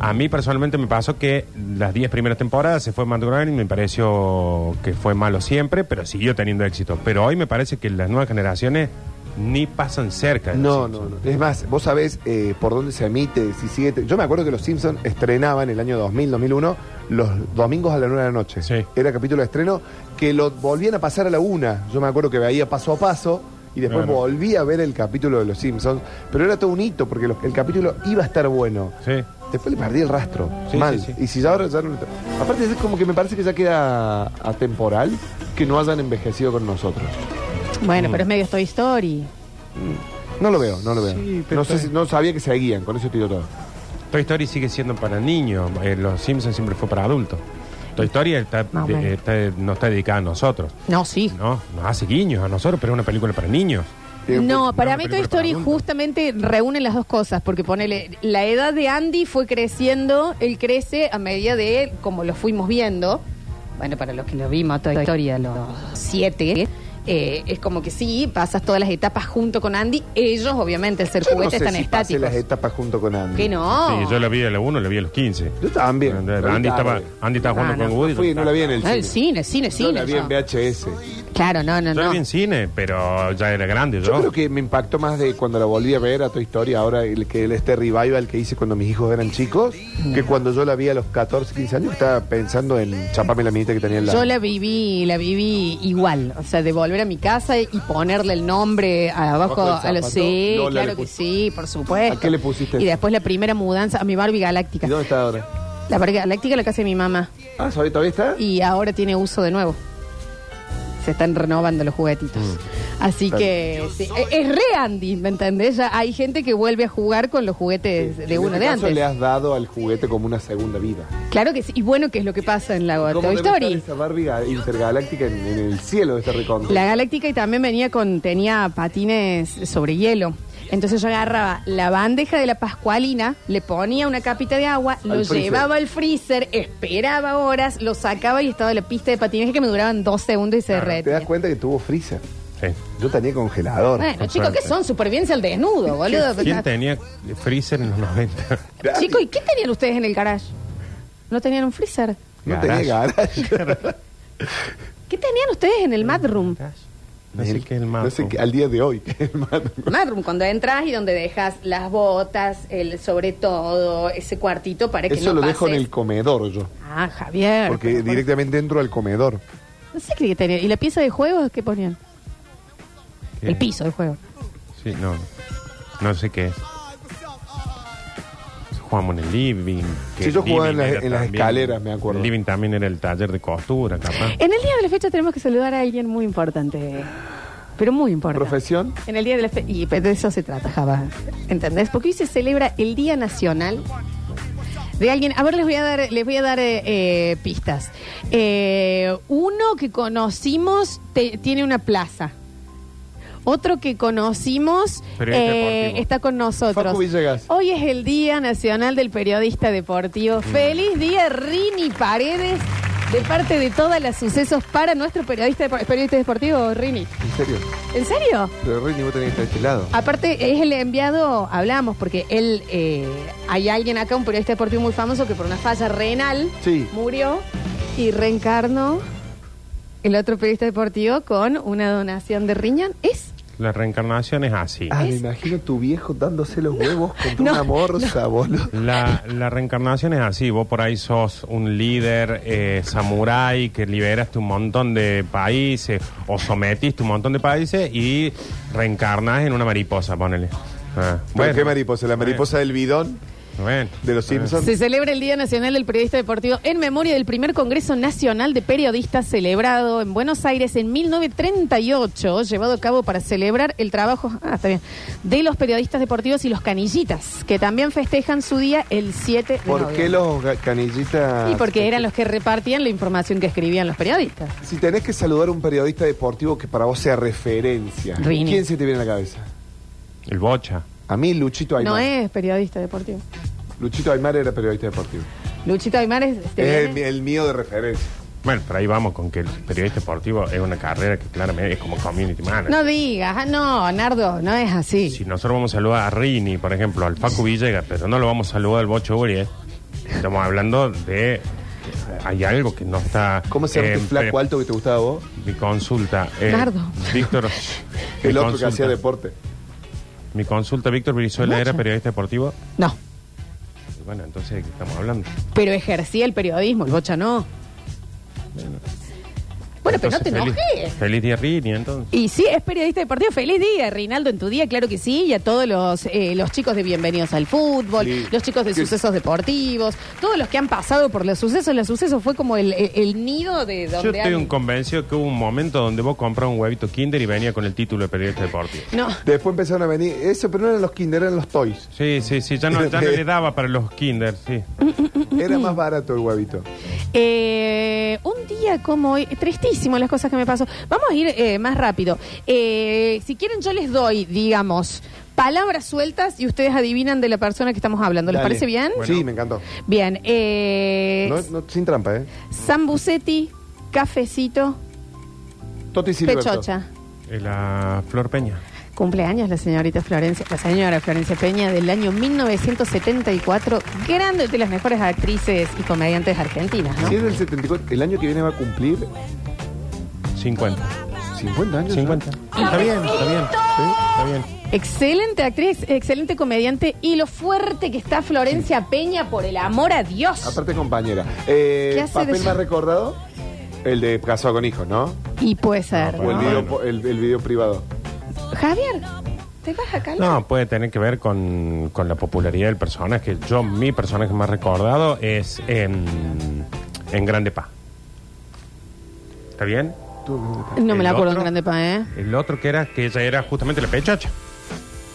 Speaker 3: a mí personalmente me pasó que las 10 primeras temporadas se fue Matt Groening, me pareció que fue malo siempre, pero siguió teniendo éxito. Pero hoy me parece que las nuevas generaciones ni pasan cerca. de los
Speaker 2: No, no,
Speaker 3: Simpsons.
Speaker 2: no. Es más, vos sabés eh, por dónde se emite, si sigue... te- Yo me acuerdo que los Simpsons estrenaban el año 2000, 2001, los domingos a la 9 de la noche.
Speaker 3: Sí.
Speaker 2: Era capítulo de estreno que lo volvían a pasar a la una. Yo me acuerdo que veía paso a paso y después
Speaker 3: Claro.
Speaker 2: volví a ver el capítulo de los Simpsons. Pero era todo un hito porque los- el capítulo iba a estar bueno.
Speaker 3: Sí.
Speaker 2: Después le perdí el rastro.
Speaker 3: Sí,
Speaker 2: Mal.
Speaker 3: sí, sí.
Speaker 2: Y si ya ahora ya no lo- Aparte es como que me parece que ya queda atemporal que no hayan envejecido con nosotros.
Speaker 1: Bueno, pero es medio Toy Story.
Speaker 2: No lo veo, no lo veo.
Speaker 3: Sí, pero
Speaker 2: no, sé
Speaker 3: está-
Speaker 2: si- no sabía que seguían, con eso tiro todo.
Speaker 3: Toy Story sigue siendo para niños. eh, los Simpsons siempre fue para adultos. Toy Story está,
Speaker 1: Más o menos.
Speaker 3: de- está- no está dedicada a nosotros.
Speaker 1: No, sí.
Speaker 3: No, nos hace guiños a nosotros, pero es una película para niños.
Speaker 1: No,
Speaker 2: Eh,
Speaker 1: para
Speaker 3: una
Speaker 1: mí Toy
Speaker 3: película para
Speaker 1: Story
Speaker 3: adultos.
Speaker 1: justamente reúne las dos cosas, porque ponele, la edad de Andy fue creciendo, él crece a medida de como lo fuimos viendo. Bueno, para los que lo vimos Toy Story a los siete, eh, es como que sí, pasas todas las etapas junto con Andy. Ellos, obviamente, el ser
Speaker 2: yo no
Speaker 1: juguete,
Speaker 2: sé
Speaker 1: están
Speaker 2: si pasé
Speaker 1: estáticos.
Speaker 2: las etapas junto con Andy.
Speaker 1: que no.
Speaker 3: Sí, yo la vi a la 1, la vi a los 15.
Speaker 2: Yo también. pero
Speaker 3: Andy
Speaker 2: tarde.
Speaker 3: estaba, Andy estaba
Speaker 1: Ah,
Speaker 3: jugando
Speaker 1: no,
Speaker 3: con Woody.
Speaker 2: Fui, no la vi en el
Speaker 1: Ah, el
Speaker 2: cine.
Speaker 1: cine, cine,
Speaker 2: Yo
Speaker 1: cine.
Speaker 2: la vi en
Speaker 1: yo.
Speaker 2: VHS.
Speaker 1: Claro, no, no,
Speaker 3: Yo la
Speaker 1: no.
Speaker 3: vi en cine, pero ya era grande yo.
Speaker 2: Yo creo que me impactó más de cuando la volví a ver a tu historia, ahora el que este revival que hice cuando mis hijos eran chicos, que cuando yo la vi a los 14, 15 años estaba pensando en chaparme la minita que tenía en la.
Speaker 1: Yo la viví, la viví igual, o sea, de volver a mi casa y ponerle el nombre abajo
Speaker 2: Abajo del
Speaker 1: a los
Speaker 2: zapato,
Speaker 1: sí,
Speaker 2: Lola
Speaker 1: claro
Speaker 2: le
Speaker 1: que
Speaker 2: puse.
Speaker 1: sí, por supuesto.
Speaker 2: ¿A qué le pusiste?
Speaker 1: Y después la primera mudanza a mi Barbie Galáctica.
Speaker 2: ¿Y dónde está ahora?
Speaker 1: La Barbie Galáctica la casa de mi mamá
Speaker 2: Ah, ¿sabés? ¿todavía está?
Speaker 1: y eh, ahora tiene uso de nuevo. Se están renovando los juguetitos.
Speaker 2: Mm.
Speaker 1: Así
Speaker 2: Está
Speaker 1: que sí, es- es re Andy, ¿me entendés? Ya hay gente que vuelve a jugar con los juguetes de
Speaker 2: En
Speaker 1: uno
Speaker 2: este
Speaker 1: de
Speaker 2: caso,
Speaker 1: antes.
Speaker 2: le has dado al juguete como una segunda vida.
Speaker 1: Claro que sí. Y bueno, que es lo que pasa en la
Speaker 2: ¿Cómo
Speaker 1: Toy
Speaker 2: debe
Speaker 1: Story.
Speaker 2: estar esa Barbie ga- intergaláctica en, en el cielo de este recondo?
Speaker 1: La Galáctica y también venía con, tenía patines sobre hielo. Entonces yo agarraba la bandeja de la Pascualina, le ponía una capita de agua, lo
Speaker 2: freezer.
Speaker 1: llevaba al freezer, esperaba horas, lo sacaba y estaba en la pista de patinaje que me duraban dos segundos y se
Speaker 2: ¿Te das
Speaker 1: derretía.
Speaker 2: cuenta que tuvo freezer?
Speaker 3: Sí.
Speaker 2: Yo tenía congelador.
Speaker 1: Bueno, chicos, ¿qué son? Supervivencia al desnudo, boludo.
Speaker 3: ¿Quién tenía freezer en los 90?
Speaker 1: Chicos, ¿y qué tenían ustedes en el garage? ¿No tenían un freezer?
Speaker 2: No tenía garage.
Speaker 1: ¿Qué tenían ustedes en el mad room?
Speaker 3: No sé qué es el mapa.
Speaker 2: No sé qué, al día de hoy. el mapa.
Speaker 1: Mad room, cuando entras y donde dejas las botas, el sobre todo, ese cuartito para que
Speaker 2: Eso
Speaker 1: no
Speaker 2: lo dejo en
Speaker 1: pases.
Speaker 2: el comedor yo.
Speaker 1: Ah, Javier.
Speaker 2: Porque directamente entro al comedor.
Speaker 1: No sé qué tenía. ¿Y la pieza de juegos qué ponían?
Speaker 3: ¿Qué?
Speaker 1: El piso de juego.
Speaker 3: Sí, no. No sé qué es. Jugamos en el living. que
Speaker 2: Sí, yo
Speaker 3: el
Speaker 2: jugaba
Speaker 3: living
Speaker 2: en las-
Speaker 3: era
Speaker 2: en las
Speaker 3: también-
Speaker 2: escaleras, me acuerdo.
Speaker 3: El living también era el taller de costura, capaz.
Speaker 1: En el día de la fecha tenemos que saludar a alguien muy importante. Pero muy importante.
Speaker 2: ¿Profesión?
Speaker 1: En el día de la fecha. Y pues de eso se trata, Java. ¿Entendés? Porque hoy se celebra el Día Nacional de alguien. A ver, les voy a dar, les voy a dar eh, eh, pistas. Eh, uno que conocimos te- tiene una plaza. Otro que conocimos
Speaker 3: Periodista
Speaker 1: eh,
Speaker 3: deportivo.
Speaker 1: está con nosotros.
Speaker 2: Facu Villegas.
Speaker 1: Hoy es
Speaker 3: Mm.
Speaker 1: el Día Nacional del Periodista Deportivo. Feliz día, Rini Paredes. de parte de todas las sucesos para nuestro periodista, depo- periodista deportivo, Rini.
Speaker 2: En serio.
Speaker 1: ¿En serio?
Speaker 2: Pero Rini, vos tenés que estar de este lado.
Speaker 1: Ah, Aparte, es el enviado, hablamos, porque él, eh, hay alguien acá, un periodista deportivo muy famoso que por una falla renal
Speaker 2: Sí.
Speaker 1: murió y reencarnó el otro periodista deportivo con una donación de riñón. Es
Speaker 3: La reencarnación es así.
Speaker 2: Ah, me imagino tu viejo dándose los huevos con
Speaker 1: No,
Speaker 2: una morsa, boludo.
Speaker 3: La, la reencarnación es así, vos por ahí sos un líder eh, samurái que liberaste un montón de países o sometiste un montón de países y reencarnas en una mariposa, ponele. Ah,
Speaker 2: Bueno, ¿qué mariposa? ¿La mariposa del bidón
Speaker 3: bueno. eh,
Speaker 2: de los Simpsons?
Speaker 1: Se celebra el Día Nacional del Periodista Deportivo en memoria del primer Congreso Nacional de Periodistas celebrado en Buenos Aires en 1938, llevado a cabo para celebrar el trabajo ah, está bien, de los periodistas deportivos y los canillitas, que también festejan su día el 7 de
Speaker 2: ¿Por
Speaker 1: noviembre.
Speaker 2: qué los ga-
Speaker 3: Ah,
Speaker 2: canillitas?
Speaker 1: Y porque eran los que repartían la información que escribían los periodistas.
Speaker 2: Si tenés que saludar a un periodista deportivo que para vos sea referencia,
Speaker 1: Rini.
Speaker 2: ¿quién se te viene a la cabeza?
Speaker 3: El bocha.
Speaker 2: A mí, Luchito Aymar.
Speaker 1: No es periodista deportivo.
Speaker 2: Luchito Aymar era periodista deportivo.
Speaker 1: Luchito Aymar es...
Speaker 2: Es
Speaker 1: este,
Speaker 2: el, el mío de referencia.
Speaker 3: Bueno, por ahí vamos con que el periodista deportivo es una carrera que claramente es como community manager.
Speaker 1: No digas, ah, no, Nardo, no es así.
Speaker 3: Si nosotros vamos a saludar a Rini, por ejemplo, al Facu Villegas, pero no lo vamos a saludar al Bocho Uriel, estamos hablando de. Hay algo que no está.
Speaker 2: ¿Cómo se llama
Speaker 3: eh,
Speaker 2: este flaco
Speaker 3: pero-
Speaker 2: alto que te gustaba a vos?
Speaker 3: Mi consulta. eh,
Speaker 1: Nardo.
Speaker 3: Víctor.
Speaker 2: El
Speaker 3: mi
Speaker 2: otro que
Speaker 3: consulta-
Speaker 2: hacía deporte.
Speaker 3: Mi consulta, Víctor Brizuela
Speaker 1: Bocha.
Speaker 3: era periodista deportivo.
Speaker 1: No,
Speaker 3: Y Bueno, entonces, ¿de qué estamos hablando?
Speaker 1: pero ejercía el periodismo, el bocha no. Bueno, pero no te
Speaker 3: Entonces, feliz-
Speaker 1: enojes.
Speaker 3: Feliz día, Rini, entonces.
Speaker 1: Y sí, es periodista deportivo. Feliz día, Rinaldo, en tu día, claro que sí. Y a todos los, eh, los chicos de Bienvenidos al Fútbol,
Speaker 2: Sí.
Speaker 1: los chicos de
Speaker 2: Sí.
Speaker 1: Sucesos Deportivos, todos los que han pasado por los sucesos. Los sucesos fue como el, el- el nido de donde
Speaker 3: Yo estoy
Speaker 1: han-
Speaker 3: un convencido que hubo un momento donde vos compras un huevito Kinder y venía con el título de periodista deportivo.
Speaker 1: No,
Speaker 2: Después empezaron a venir. Eso, pero no eran los Kinder, eran los Toys.
Speaker 3: Sí, sí, sí, ya no, ya no le daba para los Kinder, sí.
Speaker 1: Mm,
Speaker 2: Era más barato el huevito.
Speaker 1: Eh, un día como hoy, tristísimo las cosas que me pasó. Vamos a ir eh, más rápido. Eh, si quieren, yo les doy, digamos, palabras sueltas y ustedes adivinan de la persona que estamos hablando. ¿Les
Speaker 2: Dale.
Speaker 1: parece bien?
Speaker 2: Sí, me encantó.
Speaker 1: Bien. Eh,
Speaker 2: No, no, sin trampa, ¿eh?
Speaker 1: Sambucetti, cafecito,
Speaker 2: Toti Silverto.
Speaker 1: pechocha.
Speaker 3: Eh, La Flor Peña.
Speaker 1: Cumpleaños la señorita Florencia, la señora Florencia Peña del año 1974, grande de las mejores actrices y comediantes argentinas, ¿no?
Speaker 2: Si es del 74, el año que viene va a cumplir
Speaker 3: 50.
Speaker 2: 50 años.
Speaker 3: 50.
Speaker 2: ¿no?
Speaker 3: Está bien, está bien. Sí, está bien.
Speaker 1: Excelente actriz, excelente comediante y lo fuerte que está Florencia Peña, por el amor a
Speaker 3: Ah,
Speaker 1: Dios.
Speaker 2: Aparte, compañera. Eh,
Speaker 1: ¿Qué hace
Speaker 2: ¿Papel
Speaker 1: de eso?
Speaker 2: más recordado? El de Casado con Hijos, ¿no?
Speaker 1: Y puede
Speaker 3: Ah,
Speaker 1: ser,
Speaker 2: O el
Speaker 1: ¿no?
Speaker 2: video,
Speaker 3: bueno.
Speaker 2: po- el, el video privado.
Speaker 1: Javier, ¿te vas a calar?
Speaker 3: No, puede tener que ver con, con la popularidad del personaje. Yo, mi personaje más recordado es en, en Grande Pa. ¿Está bien?
Speaker 1: No, me la
Speaker 3: ¿El
Speaker 1: acuerdo en
Speaker 3: otro?
Speaker 1: Grande Pa, ¿eh?
Speaker 3: El otro que era, que ella era justamente la pechocha.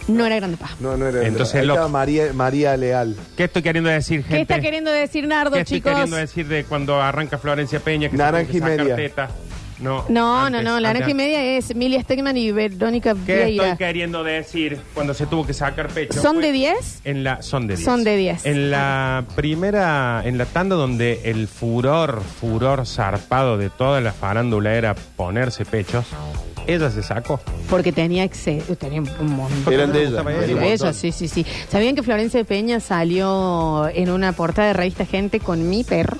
Speaker 1: No era Grande Pa.
Speaker 2: No, no era.
Speaker 3: Entonces,
Speaker 2: ahí
Speaker 3: lo-
Speaker 2: estaba María, María Leal.
Speaker 3: ¿Qué estoy queriendo decir, gente?
Speaker 1: ¿Qué está queriendo decir Nardo,
Speaker 3: ¿Qué estoy
Speaker 1: chicos?
Speaker 3: queriendo decir de cuando arranca Florencia Peña? Que
Speaker 2: Naranja
Speaker 3: se tiene que
Speaker 2: y media.
Speaker 3: sacar teta? No,
Speaker 1: No,
Speaker 3: antes,
Speaker 1: no, no. La
Speaker 3: antes,
Speaker 1: naranja y media es Emilia Stegman y Verónica
Speaker 3: ¿Qué estoy
Speaker 1: Vieira.
Speaker 3: queriendo decir cuando se tuvo que sacar pecho?
Speaker 1: ¿Son
Speaker 3: Fue-
Speaker 1: de 10?
Speaker 3: En la, son de 10.
Speaker 1: Son de 10.
Speaker 3: En la primera, en la tanda donde el furor, furor zarpado de toda la farándula era ponerse pechos, ella se sacó.
Speaker 1: Porque tenía exceso. Tenía un montón.
Speaker 2: Eran de ella.
Speaker 3: Estaba
Speaker 2: eran
Speaker 3: ella.
Speaker 2: un
Speaker 1: de ellos,
Speaker 2: montón.
Speaker 1: sí, sí, sí. ¿Sabían que Florencia Peña salió en una portada de revista Gente con mi perro?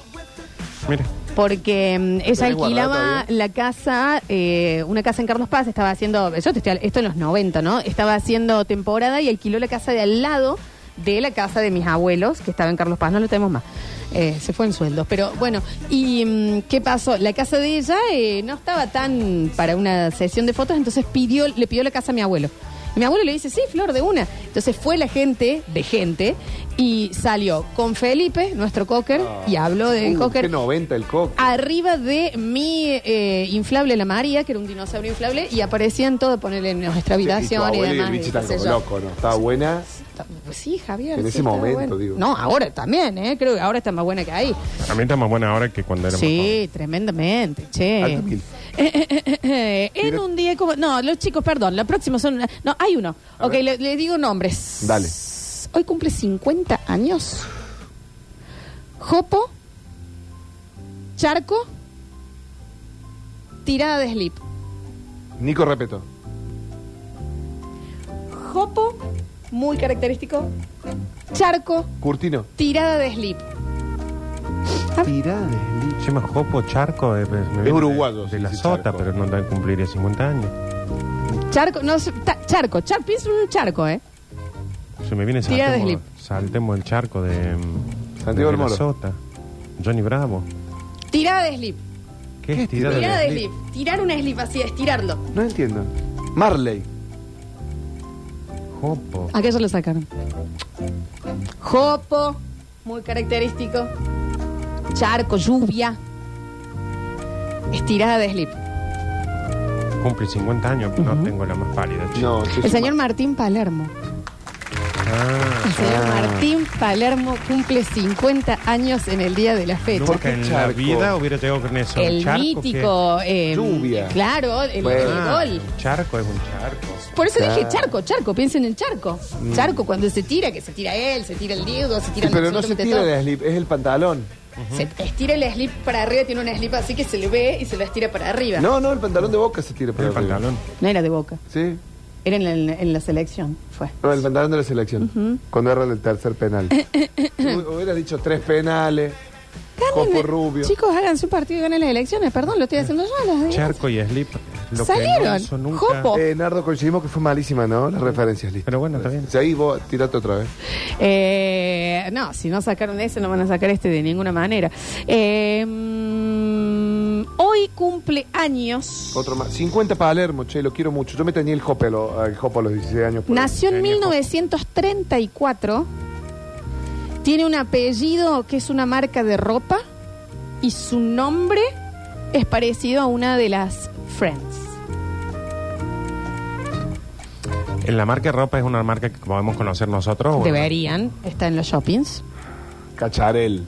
Speaker 3: Mira,
Speaker 1: Porque mm, ella
Speaker 2: tenés guardado
Speaker 1: alquilaba
Speaker 2: todavía?
Speaker 1: la casa, eh, una casa en Carlos Paz, estaba haciendo, yo te estoy, esto en los 90, ¿no? Estaba haciendo temporada y alquiló la casa de al lado de la casa de mis abuelos, que estaba en Carlos Paz, no lo tenemos más. Eh, se fue en sueldos, pero bueno, ¿y mm, qué pasó? La casa de ella eh, no estaba tan para una sesión de fotos, entonces pidió, le pidió la casa a mi abuelo. Y Mi abuelo le dice, sí, Flor, de una. Entonces fue la gente, de gente, y salió con Felipe, nuestro cocker, y habló del
Speaker 2: Uh,
Speaker 1: cocker Ah,
Speaker 2: qué 90 el cocker.
Speaker 1: arriba de mi eh, inflable la María, que era un dinosaurio inflable, y aparecían todo, ponerle en nuestra
Speaker 2: Sí, y tu
Speaker 1: habitación y,
Speaker 2: abuela y el
Speaker 1: demás.
Speaker 2: bicho
Speaker 1: y qué
Speaker 2: están
Speaker 1: sé
Speaker 2: como
Speaker 1: yo.
Speaker 2: loco, ¿no? Estaba buena.
Speaker 1: Sí, Javier.
Speaker 2: En
Speaker 1: sí,
Speaker 2: ese
Speaker 1: estaba
Speaker 2: momento,
Speaker 1: bueno.
Speaker 2: digo.
Speaker 1: No, ahora también, ¿eh? Creo que ahora está más buena que ahí.
Speaker 3: a mí está más buena ahora que cuando era
Speaker 1: Sí, tremendamente, che.
Speaker 2: Alta mil.
Speaker 1: en un día como... No, los chicos, perdón, la próxima son... No, hay uno. ok, le, le digo nombres.
Speaker 2: Dale.
Speaker 1: Hoy cumple 50 años. Jopo Charco, tirada de slip.
Speaker 2: Nico Repeto.
Speaker 1: Jopo, muy característico. Charco,
Speaker 2: Curtino.
Speaker 1: tirada de slip.
Speaker 2: Tirada.
Speaker 3: Se llama Jopo Charco. eh, pues, me viene de,
Speaker 2: uruguayo,
Speaker 3: De,
Speaker 2: sí,
Speaker 3: la
Speaker 2: sí,
Speaker 3: sota,
Speaker 2: Charco.
Speaker 3: pero no dan cumplir 50 años.
Speaker 1: Charco, no, sé, ta- charco, char, pienso en un charco, ¿eh?
Speaker 3: Se me viene
Speaker 1: Tira de
Speaker 3: saltemos, saltemos el charco de. mm,
Speaker 2: Santiago del
Speaker 3: de la
Speaker 2: Moro.
Speaker 3: sota. Johnny Bravo.
Speaker 1: Tirada de slip.
Speaker 3: ¿Qué,
Speaker 2: ¿Qué
Speaker 3: es tirada de
Speaker 1: Tirada de
Speaker 3: slip?
Speaker 1: slip. Tirar un slip así, estirarlo.
Speaker 2: No entiendo. Marley.
Speaker 3: Jopo.
Speaker 1: ¿A qué se lo sacaron? Jopo, muy característico. Charco, lluvia. Estirada de slip.
Speaker 3: Cumple 50 años, no tengo la más pálida. chico.
Speaker 2: No,
Speaker 1: El señor Martín Palermo.
Speaker 3: Ah,
Speaker 1: El señor Martín Palermo cumple 50 años en el día de la fecha.
Speaker 2: ¿Por
Speaker 3: nunca
Speaker 2: qué
Speaker 3: en la
Speaker 2: charco?
Speaker 3: vida hubiera llegado con eso.
Speaker 1: El
Speaker 3: charco,
Speaker 1: mítico. eh,
Speaker 2: Lluvia.
Speaker 1: Claro, el
Speaker 2: Bueno.
Speaker 3: ¿qué? Ah,
Speaker 1: gol.
Speaker 3: un charco es un charco.
Speaker 1: Por eso dije
Speaker 2: Claro. Mm.
Speaker 1: charco, charco, piensen en el charco. Marco, cuando se tira, que se tira él, se tira el Diego, se tira
Speaker 2: Pero no se tira de slip, es el pantalón.
Speaker 1: Se estira el slip para arriba, tiene un slip así que se le ve y se lo estira para arriba.
Speaker 2: No, no, el pantalón de boca se tira para
Speaker 3: El
Speaker 2: arriba.
Speaker 3: pantalón.
Speaker 1: No era de boca,
Speaker 2: Sí.
Speaker 1: era en la, en la selección, fue.
Speaker 2: No, el pantalón de la selección. Cuando era el tercer penal.
Speaker 1: Eh,
Speaker 2: Hu- Hubiera dicho tres penales. Copo rubio.
Speaker 1: Chicos, hagan su partido y ganen las elecciones, perdón, lo estoy haciendo yo. Las
Speaker 3: Charco y slip. Lo Que no
Speaker 1: Salieron.
Speaker 3: hizo nunca.
Speaker 1: Jopo.
Speaker 2: Eh, Nardo, coincidimos que fue malísima, ¿no? Las referencias, listo.
Speaker 3: Pero bueno, está bien.
Speaker 2: Seguí vos, tirate otra vez.
Speaker 1: Eh, no, si no sacaron ese, no van a sacar este de ninguna manera. Eh, mm, hoy cumple años.
Speaker 2: Otro más. 50 Palermo, che, lo quiero mucho. Yo me tenía el jopo a, lo- al jopo a los 16 años. por ahí.
Speaker 1: Nació en
Speaker 3: Genio.
Speaker 1: 1934. Tiene un apellido que es una marca de ropa. Y su nombre es parecido a una de las Friends.
Speaker 3: En la marca de ropa es una marca que podemos conocer nosotros. o-
Speaker 1: Deberían. Está en los shoppings.
Speaker 2: Cacharel.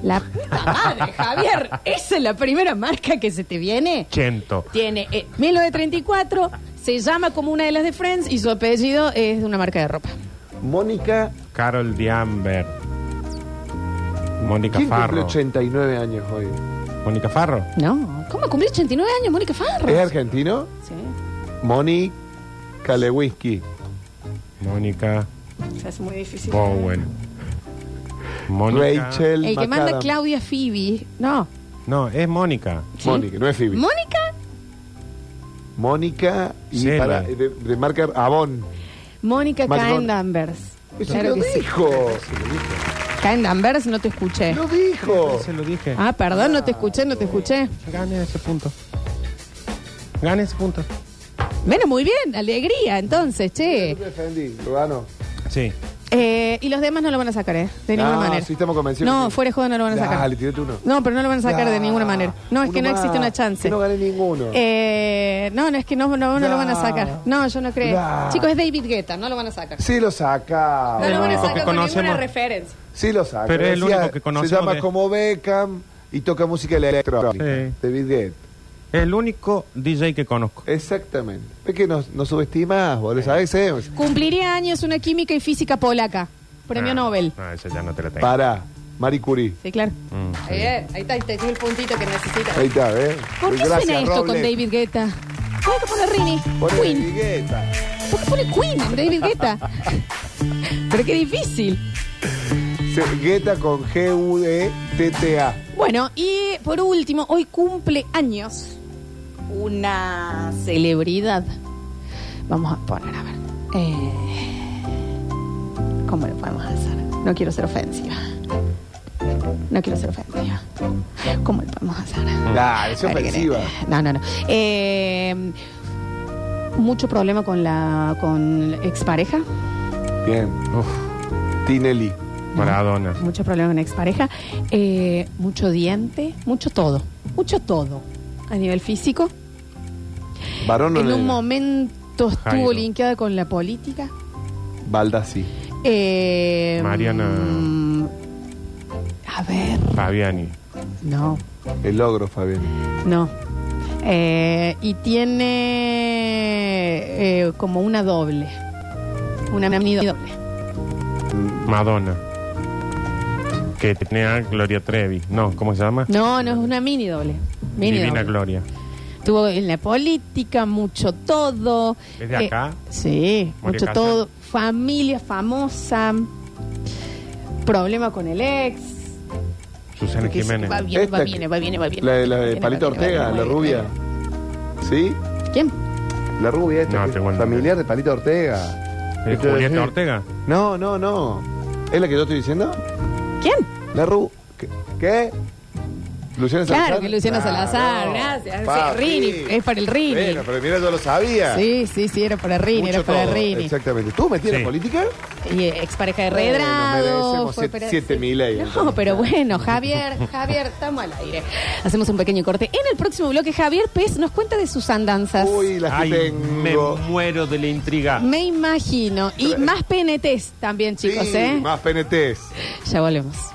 Speaker 1: La puta madre, Javier. Esa es la primera marca que se te viene.
Speaker 3: Chento.
Speaker 1: Tiene eh, 1934. Se llama como una de las de Friends. Y su apellido es de una marca de ropa.
Speaker 2: Mónica,
Speaker 3: Carol Diamber. Mónica
Speaker 2: ¿quién cumple
Speaker 3: Farro.
Speaker 2: 89 años hoy?
Speaker 3: Mónica Farro.
Speaker 1: No. ¿Cómo cumplió 89 años Mónica Farro?
Speaker 2: ¿Es argentino?
Speaker 1: Sí.
Speaker 2: Mónica Lewinsky.
Speaker 3: Mónica
Speaker 1: O sea, es muy difícil.
Speaker 3: Bowen. Mónica.
Speaker 2: Rachel.
Speaker 1: El que manda
Speaker 2: McAdam.
Speaker 1: Claudia Phoebe. No.
Speaker 3: No, es Mónica.
Speaker 1: ¿sí?
Speaker 2: Mónica, no es Phoebe.
Speaker 1: Mónica.
Speaker 2: Mónica y
Speaker 3: Cele.
Speaker 2: para, de, de marca Avon.
Speaker 1: Mónica
Speaker 2: Matt
Speaker 1: Caen
Speaker 2: Ron-
Speaker 1: Danvers.
Speaker 2: Eso
Speaker 1: Claro
Speaker 2: lo
Speaker 1: que sí.
Speaker 2: dijo.
Speaker 1: Caen Danvers, no te escuché.
Speaker 2: Lo dijo.
Speaker 3: Se lo dije.
Speaker 1: Ah, perdón, no te escuché, no te escuché.
Speaker 3: Gane ese punto. Gane ese punto.
Speaker 1: Bueno, muy bien, alegría, entonces,
Speaker 2: Yo
Speaker 1: che.
Speaker 2: te defendí, Rubano.
Speaker 3: Sí.
Speaker 1: Eh, y los demás no lo van a sacar, ¿eh? De ninguna
Speaker 2: No,
Speaker 1: manera.
Speaker 2: Ah, sí estamos convencidos
Speaker 1: No,
Speaker 2: que sí.
Speaker 1: fuera de juego no lo van a sacar.
Speaker 2: Dale, tirate uno.
Speaker 1: No, pero no lo van a sacar de
Speaker 2: Ah,
Speaker 1: ninguna manera. No, es
Speaker 2: uno
Speaker 1: que no
Speaker 2: más.
Speaker 1: existe una chance.
Speaker 2: Que no gané ninguno.
Speaker 1: Eh, no, no, es que no, no, no lo van a
Speaker 2: Ya.
Speaker 1: sacar. No, yo no creo.
Speaker 2: Ya.
Speaker 1: Chicos, es David Guetta, no lo van a sacar.
Speaker 2: Sí lo saca.
Speaker 1: No lo van a
Speaker 3: único que
Speaker 1: sacar con ninguna
Speaker 3: conocemos.
Speaker 1: referencia.
Speaker 2: Sí lo saca.
Speaker 3: Pero es el único que
Speaker 2: Se
Speaker 3: conocemos
Speaker 2: llama
Speaker 3: de-
Speaker 2: como Beckham y toca música electrónica.
Speaker 3: Sí.
Speaker 2: David Guetta.
Speaker 3: El único DJ que conozco.
Speaker 2: Exactamente. Es que nos, nos subestimas, boludo. ¿Sabes? Eh,
Speaker 1: Cumpliría años una química y física polaca. Premio
Speaker 3: Ah,
Speaker 1: Nobel.
Speaker 3: No, ese ya no te lo tengo.
Speaker 2: Para. Marie Curie.
Speaker 1: Sí, claro.
Speaker 3: Mm, sí.
Speaker 1: Ahí, eh, ahí está, ahí está, ese es el puntito que necesitas.
Speaker 2: Ahí está, ¿eh?
Speaker 1: ¿Por qué
Speaker 2: Gracias,
Speaker 1: suena esto
Speaker 2: Robles.
Speaker 1: con David Guetta? ¿Por qué pone Rini?
Speaker 2: Por el
Speaker 1: Queen.
Speaker 2: David Guetta.
Speaker 1: ¿Por qué pone Queen en David Guetta? Pero qué difícil.
Speaker 2: Se- Guetta con E G-U-E-T-T-A.
Speaker 3: Mm.
Speaker 1: Bueno, y por último, hoy cumple años una celebridad. Vamos a poner, a ver. Eh, ¿Cómo lo podemos hacer? No quiero ser ofensiva. No quiero ser ofensiva. ¿Cómo lo podemos hacer?
Speaker 2: Nah, es ofensiva.
Speaker 1: No, no, no. Eh, mucho problema con la con expareja.
Speaker 2: Bien. Tinelli.
Speaker 3: Maradona.
Speaker 1: Mucho problema con expareja. Eh, mucho diente. Mucho todo. Mucho todo. A nivel físico.
Speaker 2: Varón o
Speaker 1: en un
Speaker 2: nena?
Speaker 1: momento estuvo
Speaker 3: Jairo.
Speaker 1: linkeada con la política.
Speaker 2: Baldassi.
Speaker 1: Eh,
Speaker 3: Mariana.
Speaker 1: mm, a ver.
Speaker 3: Fabiani.
Speaker 1: No,
Speaker 2: El logro, Fabián.
Speaker 1: no. Eh, y tiene eh, como una doble. Una mini doble.
Speaker 3: Madonna. que tenía Gloria Trevi. No, ¿cómo se llama?
Speaker 1: No, no, es una mini doble. Mini
Speaker 3: Divina
Speaker 1: doble.
Speaker 3: Gloria.
Speaker 1: Estuvo en la política, mucho todo. Eh,
Speaker 3: ¿Es de acá?
Speaker 1: Sí,
Speaker 3: Moria
Speaker 1: mucho
Speaker 3: Casán.
Speaker 1: todo. Familia famosa. Problema con el ex.
Speaker 3: Susana
Speaker 1: que
Speaker 3: Jiménez.
Speaker 1: Va bien, va
Speaker 2: Esta
Speaker 1: bien, va bien, va bien.
Speaker 2: La de, la de
Speaker 1: Viene, va
Speaker 2: Palito
Speaker 1: bien, va bien,
Speaker 2: Ortega,
Speaker 1: va
Speaker 2: la
Speaker 1: bien.
Speaker 2: rubia. ¿Sí?
Speaker 1: ¿Quién?
Speaker 2: La rubia esta,
Speaker 3: No,
Speaker 2: que es
Speaker 3: tengo el
Speaker 2: familiar de Palito Ortega.
Speaker 3: Eh,
Speaker 2: Esto
Speaker 3: Julieta
Speaker 2: es-
Speaker 3: Ortega.
Speaker 2: No, no, no. ¿Es la que yo estoy diciendo?
Speaker 1: ¿Quién?
Speaker 2: La ru... ¿Qué? ¿Qué? ¿Luciana
Speaker 1: Claro,
Speaker 2: Salazar?
Speaker 1: que Luciano
Speaker 2: Claro.
Speaker 1: Salazar, gracias.
Speaker 2: Papi.
Speaker 1: Sí, Rini, es para el Rini.
Speaker 2: Bueno, pero mira, yo lo sabía.
Speaker 1: Sí, sí, sí, era para Rini,
Speaker 2: Mucho
Speaker 1: era para
Speaker 2: todo,
Speaker 1: Rini.
Speaker 2: Exactamente. ¿Tú metí en
Speaker 3: Sí.
Speaker 2: la política?
Speaker 1: Y eh, expareja de
Speaker 2: Bueno,
Speaker 1: Redrado.
Speaker 2: merecemos
Speaker 1: fue
Speaker 2: siete-
Speaker 1: opera-
Speaker 2: siete
Speaker 1: sí.
Speaker 2: mil ahí,
Speaker 1: No,
Speaker 2: entonces.
Speaker 1: pero bueno, Javier, Javier, estamos al aire. Hacemos un pequeño corte. En el próximo bloque, Javier Pez nos cuenta de sus andanzas.
Speaker 2: Uy, las
Speaker 3: Ay,
Speaker 2: que
Speaker 3: me
Speaker 2: tengo.
Speaker 3: muero de la intriga.
Speaker 1: Me imagino. Y más PNTs también, chicos,
Speaker 2: eh, sí,
Speaker 1: ¿eh?
Speaker 2: más PNTs.
Speaker 1: Ya volvemos.